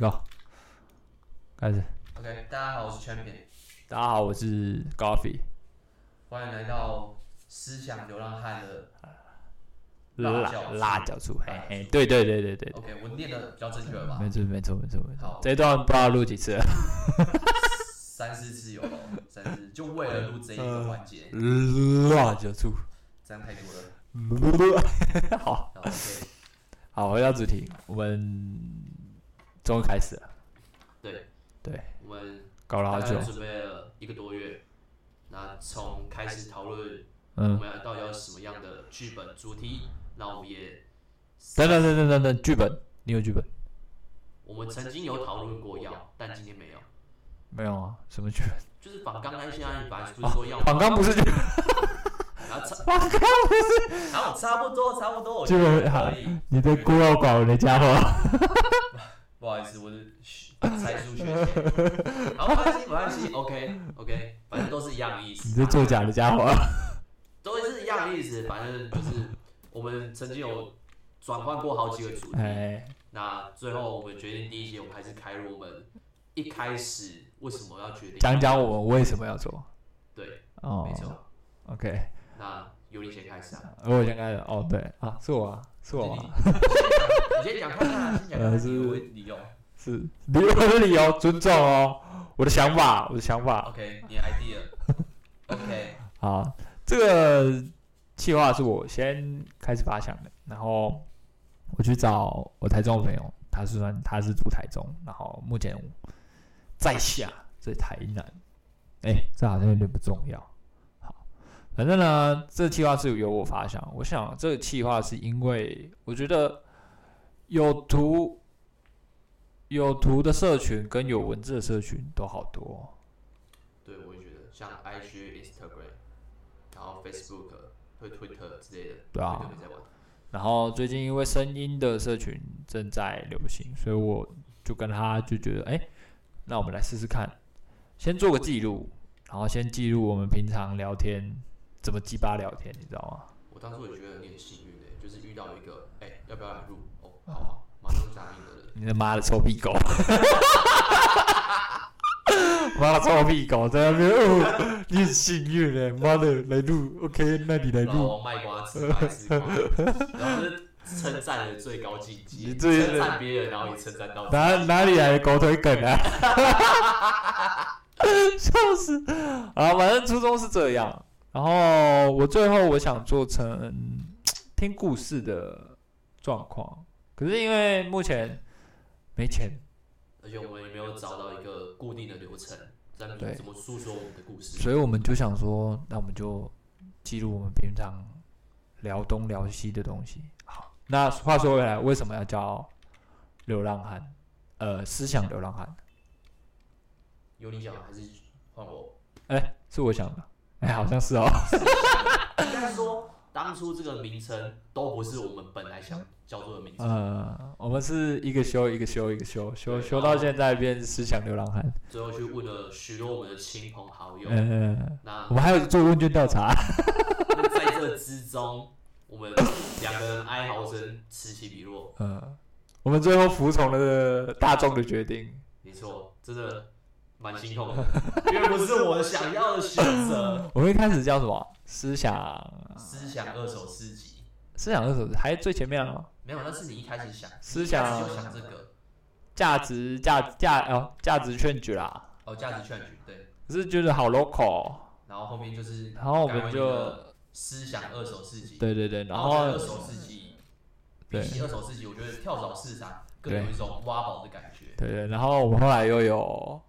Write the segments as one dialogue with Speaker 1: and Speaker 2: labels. Speaker 1: Go，开始。
Speaker 2: OK，大家好，我是 Champion，
Speaker 1: 大家好，我是 Coffee。
Speaker 2: 欢迎来到思想流浪汉的。辣
Speaker 1: 辣
Speaker 2: 椒
Speaker 1: 辣椒醋，哎嘿嘿，
Speaker 2: 辣椒醋
Speaker 1: 对对对对对，
Speaker 2: OK，我念的比较正确了吧
Speaker 1: 没？错没错没错没错
Speaker 2: 好。
Speaker 1: 这一段不知道录几次了，
Speaker 2: 三四次有了，三四次就为了录这一个环节，
Speaker 1: 辣椒醋。
Speaker 2: 这样太多了。
Speaker 1: 好
Speaker 2: 好，OK，
Speaker 1: 好，回到主题，我们终于开始了，
Speaker 2: 对
Speaker 1: 对，
Speaker 2: 我们
Speaker 1: 搞了
Speaker 2: 大
Speaker 1: 好久
Speaker 2: 概。准备了一个多月，那从开始讨论我
Speaker 1: 嗯，
Speaker 2: 们要到底要什么样的剧本主题，那我们也
Speaker 1: 等等等等等等，剧本，你有剧本
Speaker 2: 我们曾经有讨论过要，但今天没有。
Speaker 1: 没有啊？什么剧 本？
Speaker 2: 就是仿刚那些案例，本来不是说要吗，
Speaker 1: 仿刚不是剧本，
Speaker 2: 然后差
Speaker 1: 仿刚
Speaker 2: 好差不多差不多，我
Speaker 1: 剧本
Speaker 2: 觉得
Speaker 1: 好
Speaker 2: 可以。
Speaker 1: 你这孤陋寡闻的家伙。
Speaker 2: 不好意思，我是嘘才疏学浅。好，没关系，没关系，OK OK，反正都是一样的意
Speaker 1: 你
Speaker 2: 思
Speaker 1: 这，作假的 家伙，
Speaker 2: 都是一样的意思。反正就是我们曾经有转换过好几个主题，
Speaker 1: 哎，
Speaker 2: 那最后我们决定第一集我们还是开入我们一开始为什么要决定
Speaker 1: 讲讲我们为什么要做
Speaker 2: 对，
Speaker 1: 哦
Speaker 2: 没错。
Speaker 1: ，OK，
Speaker 2: 那由你先开始啊，
Speaker 1: 我先开始，哦，对啊，是我啊，是我啊，
Speaker 2: 你先讲看看，啊先 讲看
Speaker 1: 呃
Speaker 2: 看
Speaker 1: 是
Speaker 2: 你有理由。
Speaker 1: 是理由是理由，尊重哦，我的想法，我的想法。
Speaker 2: OK，你的 idea。OK，
Speaker 1: 好，这个计划是我先开始发想的，然后我去找我台中的朋友，他是算他是住台中，然后目前在下在台南，哎、这好像有点不重要。好，反正呢，这计划是由我发想，我想这个计划是因为我觉得有图有图的社群跟有文字的社群都好多哦、
Speaker 2: 对，我也觉得像 IG、Instagram，然后 Facebook 会 Twitter 之类的，
Speaker 1: 对啊
Speaker 2: Twitter 没在玩。
Speaker 1: 然后最近因为声音的社群正在流行，所以我就跟他就觉得，哎，那我们来试试看，先做个记录，然后先记录我们平常聊天怎么鸡巴聊天，你知道吗？
Speaker 2: 我当初也觉得你很幸运的、欸就是遇到一个，哎、要不要来录？哦，好啊，马上答应的人。
Speaker 1: 你他妈的臭屁狗！ 妈的臭屁狗在那边哦，你很幸运嘞，妈的来录，OK，那你来
Speaker 2: 老
Speaker 1: 录，
Speaker 2: 王卖瓜吃白 痴瓜，然后是称赞的最高境界，
Speaker 1: 你最
Speaker 2: 称赞别人，然后也称赞到自己。
Speaker 1: 哪哪里来的狗腿梗啊？笑死！啊，反正初衷是这样。然后我最后我想做成听故事的状况，可是因为目前没钱，
Speaker 2: 而且我们也没有找到一个固定的流程，在
Speaker 1: 对
Speaker 2: 怎么诉说我们的故事。
Speaker 1: 所以我们就想说，那我们就记录我们平常聊东聊西的东西。好，那话说回来，为什么要叫流浪汉？呃，思想流浪汉
Speaker 2: 有你讲还是换我？
Speaker 1: 是我想的，哎、好像是哦。
Speaker 2: 应该说，当初这个名称都不是我们本来想叫做的名字。
Speaker 1: 呃，我们是一个修一个修一个修修
Speaker 2: 对
Speaker 1: 修
Speaker 2: 然
Speaker 1: 到
Speaker 2: 后
Speaker 1: 现在变思想流浪汉。
Speaker 2: 最后去问了许多我们的亲朋好友。
Speaker 1: 嗯，
Speaker 2: 那
Speaker 1: 我们还有做问卷调查，
Speaker 2: 那在这之中，我们两个人哀嚎声此起彼落。
Speaker 1: 嗯，我们最后服从了大众的决定。
Speaker 2: 没错，真的蛮心 痛的，因为不是我想要的选择。
Speaker 1: 我们一开始叫什么？思想
Speaker 2: 思想二手诗集，
Speaker 1: 思想二手还最前面了，
Speaker 2: 没有，那是你一开始想，
Speaker 1: 思
Speaker 2: 一开
Speaker 1: 想
Speaker 2: 始就想这个
Speaker 1: 价值价价哦价值劝举啦，
Speaker 2: 哦，价值劝举对，
Speaker 1: 可是觉得好 local，
Speaker 2: 然后后面就是
Speaker 1: 然后我
Speaker 2: 改为
Speaker 1: 们
Speaker 2: 一
Speaker 1: 就
Speaker 2: 个思想二手诗集，
Speaker 1: 对对对，
Speaker 2: 然
Speaker 1: 然
Speaker 2: 后
Speaker 1: 后
Speaker 2: 二手市集，比
Speaker 1: 对
Speaker 2: 起二手市集，我觉得跳蚤市场更有一种挖宝的感觉，
Speaker 1: 对对，然后我们后来又有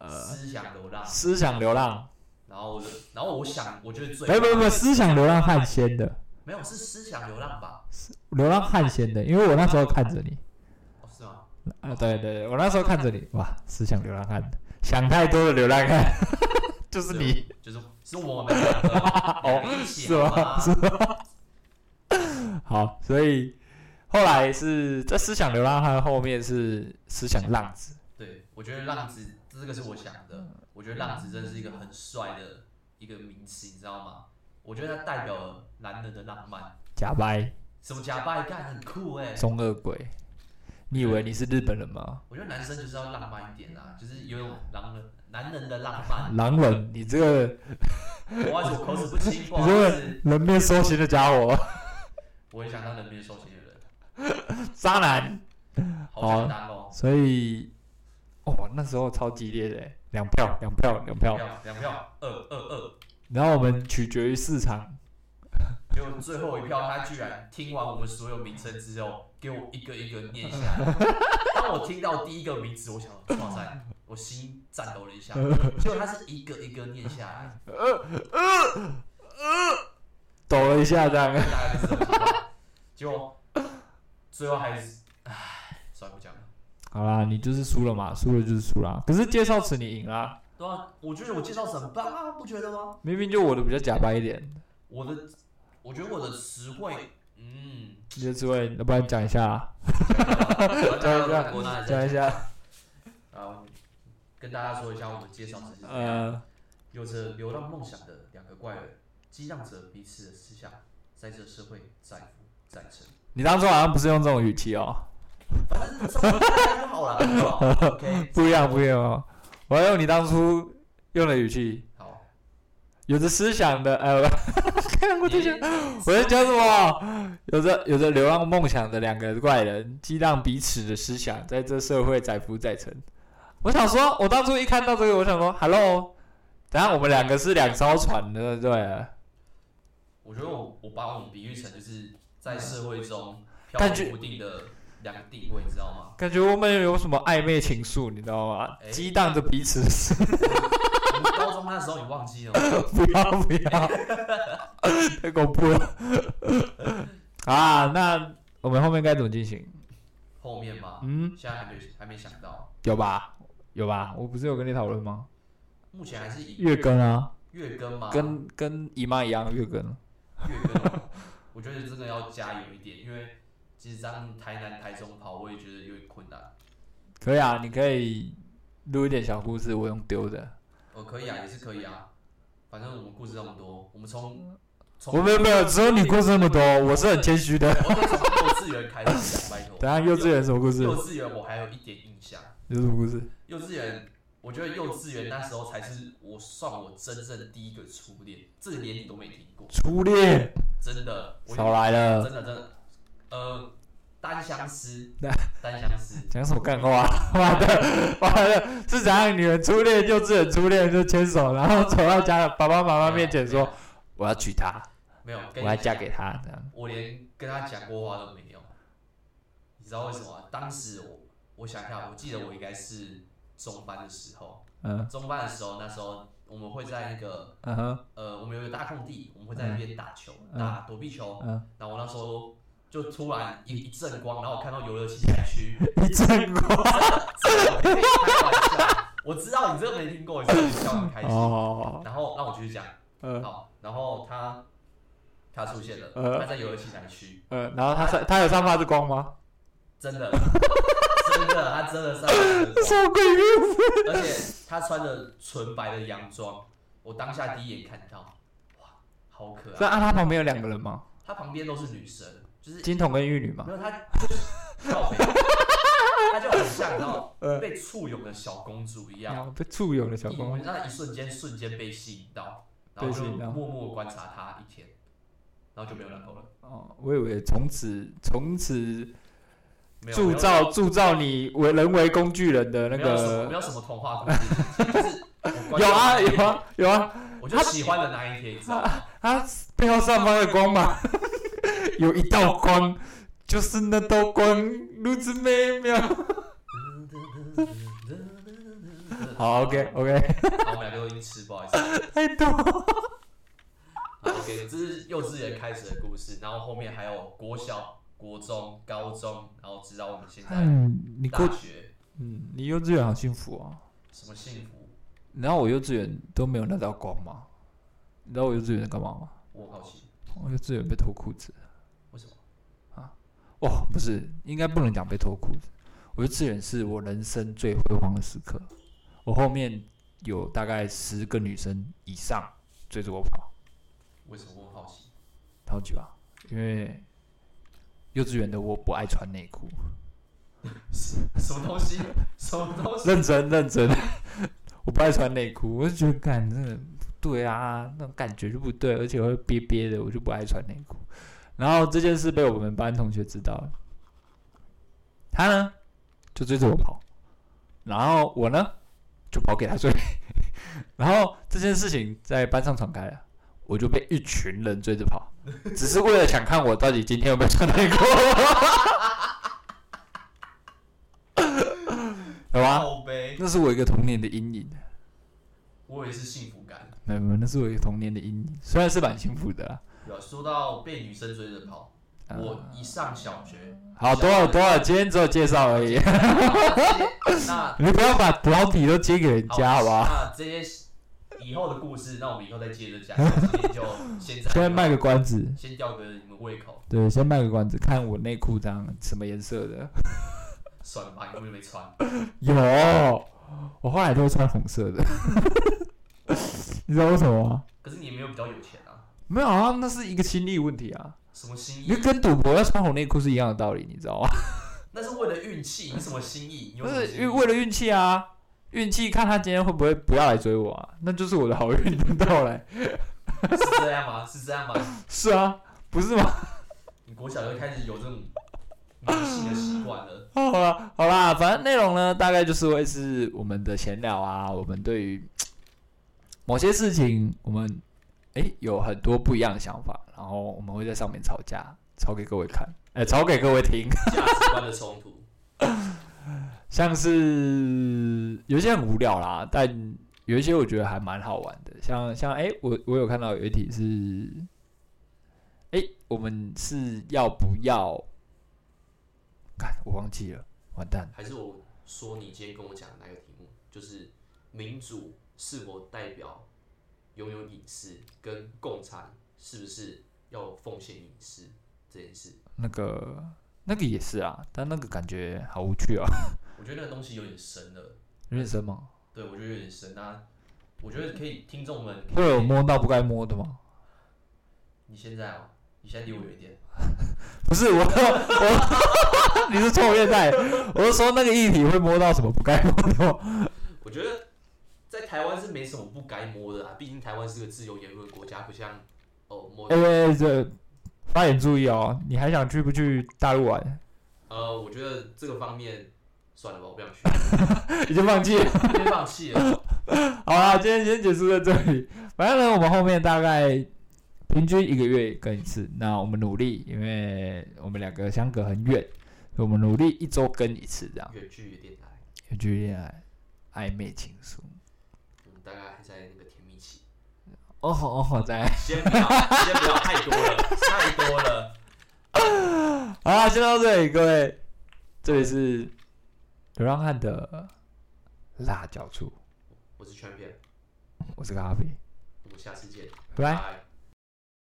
Speaker 1: 呃
Speaker 2: 思想流浪。
Speaker 1: 思想流浪，
Speaker 2: 然后我就，然后我想，我觉得最
Speaker 1: 没有没有没有思想流浪汉先的。
Speaker 2: 没有是思想流浪吧？
Speaker 1: 流浪汉先的，因为我那时候看着你，
Speaker 2: 哦，是吗？
Speaker 1: 啊，对对对，我那时候看着你， 哇，思想流浪汉，想太多的流浪 汉，就是你，
Speaker 2: 对，就是是我们两个两个一起
Speaker 1: 哦是
Speaker 2: 好
Speaker 1: 吗？
Speaker 2: 吗
Speaker 1: 是吗？好，所以后来是在思想流浪汉后面是思想浪子，
Speaker 2: 对，我觉得浪子这个是我想的，我觉得浪子真的是一个很帅的一个名词，你知道吗？我觉得它代表了男人的浪漫，
Speaker 1: 假掰，
Speaker 2: 什么假扮干很酷哎、
Speaker 1: 中二鬼，你以为你是日本人吗？
Speaker 2: 我觉得男生就是要浪漫一点啊，就是有种狼人男人的浪漫。
Speaker 1: 狼人，你这个
Speaker 2: 我要是口齿不清，不
Speaker 1: 你
Speaker 2: 好
Speaker 1: 这
Speaker 2: 意
Speaker 1: 个
Speaker 2: 思，
Speaker 1: 人面兽心的家 伙，
Speaker 2: 我也想当人面兽心的人，
Speaker 1: 渣男。
Speaker 2: 好想当哦。
Speaker 1: 所以，哦，那时候超激烈的欸，两票，两票，两
Speaker 2: 两
Speaker 1: 票。
Speaker 2: 票，两票，二二二，
Speaker 1: 然后我们取决于市场，
Speaker 2: 结果最后一票，他居然听完我们所有名称之后，给我一个一个 念下来。当我听到第一个名字，我想，哇塞，我心颤抖了一下。结果他是一个一个念下来，
Speaker 1: 抖了一下这样。
Speaker 2: 大概是这种情况。结果最后还是，唉，算了不讲了。
Speaker 1: 好啦，你就是输了嘛，输了就是输啦。可是介绍词你赢啦，
Speaker 2: 对啊，我觉得我介绍很棒啊，不觉得吗？
Speaker 1: 明明就我的比较假白一点，
Speaker 2: 我的，我觉得我的词汇，嗯，
Speaker 1: 你的词汇，要不然讲一下啦，
Speaker 2: 讲我
Speaker 1: 讲一下。
Speaker 2: 啊，跟大家说一下我们介绍词是怎么样。
Speaker 1: 呃，
Speaker 2: 有着流浪梦想的两个怪人，激荡着彼此的思想，在这社会载浮载沉。
Speaker 1: 你当初好像不是用这种语气哦、
Speaker 2: 反正这么就好了，好不好 OK，
Speaker 1: 不一样，不一样哦。我要用你当初用的语气，
Speaker 2: 好。
Speaker 1: 有着思想的，呃，看我在想， 我在
Speaker 2: 在
Speaker 1: 讲什么？有着有着流浪梦想的两个怪人，激荡彼此的思想，在这社会载浮载沉。我想说，我当初一看到这个，我想说，Hello，等下我们两个是两艘船的，对不对？
Speaker 2: 我觉得我我把我们比喻成就是在社会中漂
Speaker 1: 感觉
Speaker 2: 浮不定的两个定位，你知道吗？
Speaker 1: 感觉我们有什么暧昧情愫，你知道吗？
Speaker 2: 哎
Speaker 1: 激荡着彼此的思，
Speaker 2: 我们高中那时候你忘记了吗？
Speaker 1: 不要不要，太恐怖了 啊！那我们后面该怎么进行？
Speaker 2: 后面吗？
Speaker 1: 嗯，
Speaker 2: 现在还没还没想到，
Speaker 1: 有吧？有吧？我不是有跟你讨论吗？
Speaker 2: 目前还是以
Speaker 1: 月更啊，
Speaker 2: 月更嘛，
Speaker 1: 跟跟姨妈一样月更。
Speaker 2: 月更，我觉得真的要加油一点，因为其实这样台南、台中跑，我也觉得有点困难。
Speaker 1: 可以啊，你可以录一点小故事，我用丢的。
Speaker 2: 呃，可以啊，也是可以啊，嗯反正我们故事那么多，我们从从
Speaker 1: 我没有没有，只有你故事那么多，我是很谦虚的。
Speaker 2: 我们从幼稚园开 始讲，拜托。
Speaker 1: 等一下幼稚园什么故事？
Speaker 2: 幼稚园我还有一点印象。
Speaker 1: 有什么故事？
Speaker 2: 幼稚园，我觉得幼稚园那时候才是我算我真正第一个初恋，这个连你都没听过，
Speaker 1: 初恋
Speaker 2: 真的，我
Speaker 1: 少来
Speaker 2: 真
Speaker 1: 了，
Speaker 2: 的真的，呃，单 相思
Speaker 1: 那，
Speaker 2: 单相思，
Speaker 1: 讲什么干话？ 妈的，妈的，是怎样？你们初恋幼稚园初恋就牵手，然后走到家的爸爸妈妈面前说我要娶她，
Speaker 2: 没有，
Speaker 1: 我
Speaker 2: 哎跟你
Speaker 1: 要嫁
Speaker 2: 讲，
Speaker 1: 给她，这样
Speaker 2: 我连跟他讲过话都没有，你知道为什么吗？当时我我想一下，我记得我应该是中班的时候，
Speaker 1: 嗯
Speaker 2: 中班的时候，那时候我们会在那个
Speaker 1: 嗯哼
Speaker 2: 呃，我们有一个大空地，我们会在那边打球，
Speaker 1: 嗯
Speaker 2: 打躲避球，
Speaker 1: 嗯，
Speaker 2: 然后我那时候就突然一一阵光，然后我看到游乐器材 区，
Speaker 1: 嗯一阵光
Speaker 2: 这个我没开玩笑，我知道你这个没听过，你是笑得很开心。
Speaker 1: 哦，
Speaker 2: 然后让我继续讲，
Speaker 1: 嗯。
Speaker 2: 好，然后他他出现了，
Speaker 1: 呃
Speaker 2: 他在游乐器材区，
Speaker 1: 呃，然后他上他有上发之光吗？
Speaker 2: 真的，真的，他真的上来了，
Speaker 1: 什么鬼孕妇？
Speaker 2: 而且他穿着纯白的洋装，我当下第一眼看到，哇，好可
Speaker 1: 所以
Speaker 2: 爱，
Speaker 1: 啊，他旁边有两个人吗？
Speaker 2: 他旁边都是女生，就是
Speaker 1: 金童跟玉女吗
Speaker 2: 没？有，他就是靠北，他就很像那种被簇拥的小公主一样，
Speaker 1: 啊，被簇拥的小
Speaker 2: 一
Speaker 1: 公
Speaker 2: 我
Speaker 1: 主。
Speaker 2: 那一瞬间瞬间被吸引到，然
Speaker 1: 被
Speaker 2: 后就
Speaker 1: 吸引到
Speaker 2: 默默观察他一天，然后就没有然后了，
Speaker 1: 哦，我以为从此从此
Speaker 2: 没有
Speaker 1: 铸造铸造你为人为工具人的那
Speaker 2: 没有什么没
Speaker 1: 个。
Speaker 2: 有什么童话故事，就是我观
Speaker 1: 有
Speaker 2: 察
Speaker 1: 啊
Speaker 2: 他一
Speaker 1: 有
Speaker 2: 天，
Speaker 1: 啊有啊，
Speaker 2: 我就喜欢的那一天，你知道吗？
Speaker 1: 他啊背后上方的光嘛， 有一道光，就是那道光如此美妙。 好，OK OK，
Speaker 2: 然后我们两个都已经吃，不好意思。
Speaker 1: 太多了。
Speaker 2: 好 OK，这是幼稚园开始的故事，然后后面还有国小、国中、高中，然后直到我们现在
Speaker 1: 嗯，你过
Speaker 2: 大学，
Speaker 1: 嗯，你幼稚园好幸福哦。
Speaker 2: 什么幸福？
Speaker 1: 你知道我幼稚园都没有那道光吗？你知道我幼稚园在干嘛吗？
Speaker 2: 我好奇，
Speaker 1: 我幼稚园被脱裤子。
Speaker 2: 为什么？
Speaker 1: 哇，不是，应该不能讲被脱裤子。我幼稚园是我人生最辉煌的时刻。我后面有大概十个女生以上追着我跑，
Speaker 2: 为什么我很好奇？
Speaker 1: 好几吧。因为幼稚园的我不爱穿内裤，
Speaker 2: 什么东西？什么东西？
Speaker 1: 认真认真， 我不爱穿内裤，我就觉得干真的不对啊，那种感觉就不对，而且会憋憋的，我就不爱穿内裤。然后这件事被我们班同学知道了，他呢就追着我跑，然后我呢就跑给他追， 然后这件事情在班上传开了，我就被一群人追着跑，只是为了想看我到底今天有没有穿内裤， 懂吗？
Speaker 2: 靠背，
Speaker 1: 那是我一个童年的阴影，
Speaker 2: 我以为是幸福感。
Speaker 1: 没有没有，那是我一个童年的阴影，虽然是蛮幸福的啦、
Speaker 2: 对啊，说到被女生追着跑，
Speaker 1: 啊
Speaker 2: 我一上 小学，
Speaker 1: 好多了多了，今天只有介绍而 已，
Speaker 2: 那
Speaker 1: 你不要把老底都揭给人家好不 好？
Speaker 2: 那这些以后的故事，那我们以后再接着讲。今天就现 在
Speaker 1: 现在卖个关子，
Speaker 2: 先吊个你们胃口，
Speaker 1: 对，先卖个关子，看我内裤这样什么颜色的，
Speaker 2: 算了吧，你根本就没穿。
Speaker 1: 有，我后来都会穿红色的， 你知道为什么吗？
Speaker 2: 可是你也没有比较有钱啊，
Speaker 1: 没有啊，那是一个心理问题啊，
Speaker 2: 什么心
Speaker 1: 你
Speaker 2: 意？
Speaker 1: 跟赌博要穿红内裤是一样的道理，你知道吗？
Speaker 2: 那是为了运气，你什么心意？你有
Speaker 1: 不
Speaker 2: 什么
Speaker 1: 是
Speaker 2: 心意
Speaker 1: 因为为了运气啊，运气看他今天会不会不要来追我啊，那就是我的好运的到来。
Speaker 2: 是这样吗？是这样吗？
Speaker 1: 是啊，不是吗？
Speaker 2: 你国小就开始有这种迷信的习惯了。
Speaker 1: 好啦，好啦，反正内容呢，大概就是会是我们的闲聊啊，我们对于某些事情，我们诶有很多不一样的想法，然后我们会在上面吵架，吵给各位看，诶，吵给各位听。
Speaker 2: 价值观的冲突。
Speaker 1: 像是有一些很无聊啦，但有一些我觉得还蛮好玩的。像像哎、诶我我有看到有一题是，哎、我们是要不要？看我忘记了，完蛋！
Speaker 2: 还是我说你今天跟我讲的那个题目，就是民主是否代表拥有隐私，跟共产是不是要奉献隐私这件事？
Speaker 1: 那个那个也是啊，但那个感觉好无趣啊，
Speaker 2: 我觉得那个东西有点深了，
Speaker 1: 有点深吗？
Speaker 2: 对我觉得有点深啊。我觉得可以，听众们
Speaker 1: 会有摸到不该摸的吗？
Speaker 2: 你现在哦，你现在离我远一点。
Speaker 1: 不是我我， 你是臭变态！我是说那个议题会摸到什么不该摸的吗？
Speaker 2: 我觉得在台湾是没什么不该摸的啊，毕竟台湾是个自由言论国家，不像哦摸
Speaker 1: 哎、喂这发言注意哦，你还想去不去大陆玩？
Speaker 2: 呃，我觉得这个方面算了吧，我不想去，
Speaker 1: 已经放弃了。
Speaker 2: 先放弃了。
Speaker 1: 好啦，今天先结束在这里。反正呢，我们后面大概平均一个月更一次。那我们努力，因为我们两个相隔很远，所以我们努力一周更一次，这样。
Speaker 2: 远距离电台，
Speaker 1: 远距恋爱，暧昧情书。
Speaker 2: 我们大概还在那个甜蜜期。
Speaker 1: 哦吼哦吼，在。
Speaker 2: 先不要，先不要，太多了，太多了。
Speaker 1: 好啦，先到啊这里，各位。这里是流浪汉的辣椒醋，
Speaker 2: 我是全片，
Speaker 1: 我是咖啡，
Speaker 2: 我们下次见，
Speaker 1: 拜拜。
Speaker 2: 拜。